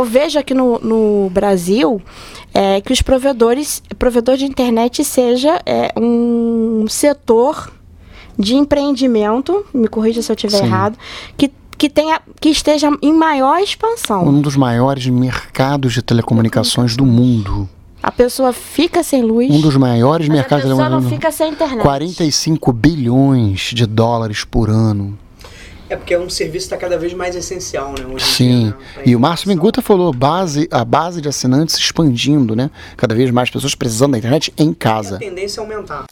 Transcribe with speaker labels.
Speaker 1: Eu vejo aqui no, no Brasil é, que os provedores, provedor de internet seja é, um setor de empreendimento, me corrija se eu estiver
Speaker 2: Sim.
Speaker 1: errado, que, que, tenha, que esteja em maior expansão.
Speaker 2: Um dos maiores mercados de telecomunicações do mundo.
Speaker 1: A pessoa fica sem luz,
Speaker 2: Um dos maiores
Speaker 1: mas a
Speaker 2: mercados de
Speaker 1: pessoa não
Speaker 2: telecomunicações do mundo.
Speaker 1: fica sem internet.
Speaker 2: 45 bilhões de dólares por ano.
Speaker 3: É porque é um serviço que está cada vez mais essencial, né? hoje em
Speaker 2: Sim.
Speaker 3: dia, né, pra
Speaker 2: E o Márcio
Speaker 3: informação.
Speaker 2: Miguta falou base, a base de assinantes se expandindo, né? Cada vez mais pessoas precisando da internet em
Speaker 3: A
Speaker 2: casa.
Speaker 3: tendência é aumentar.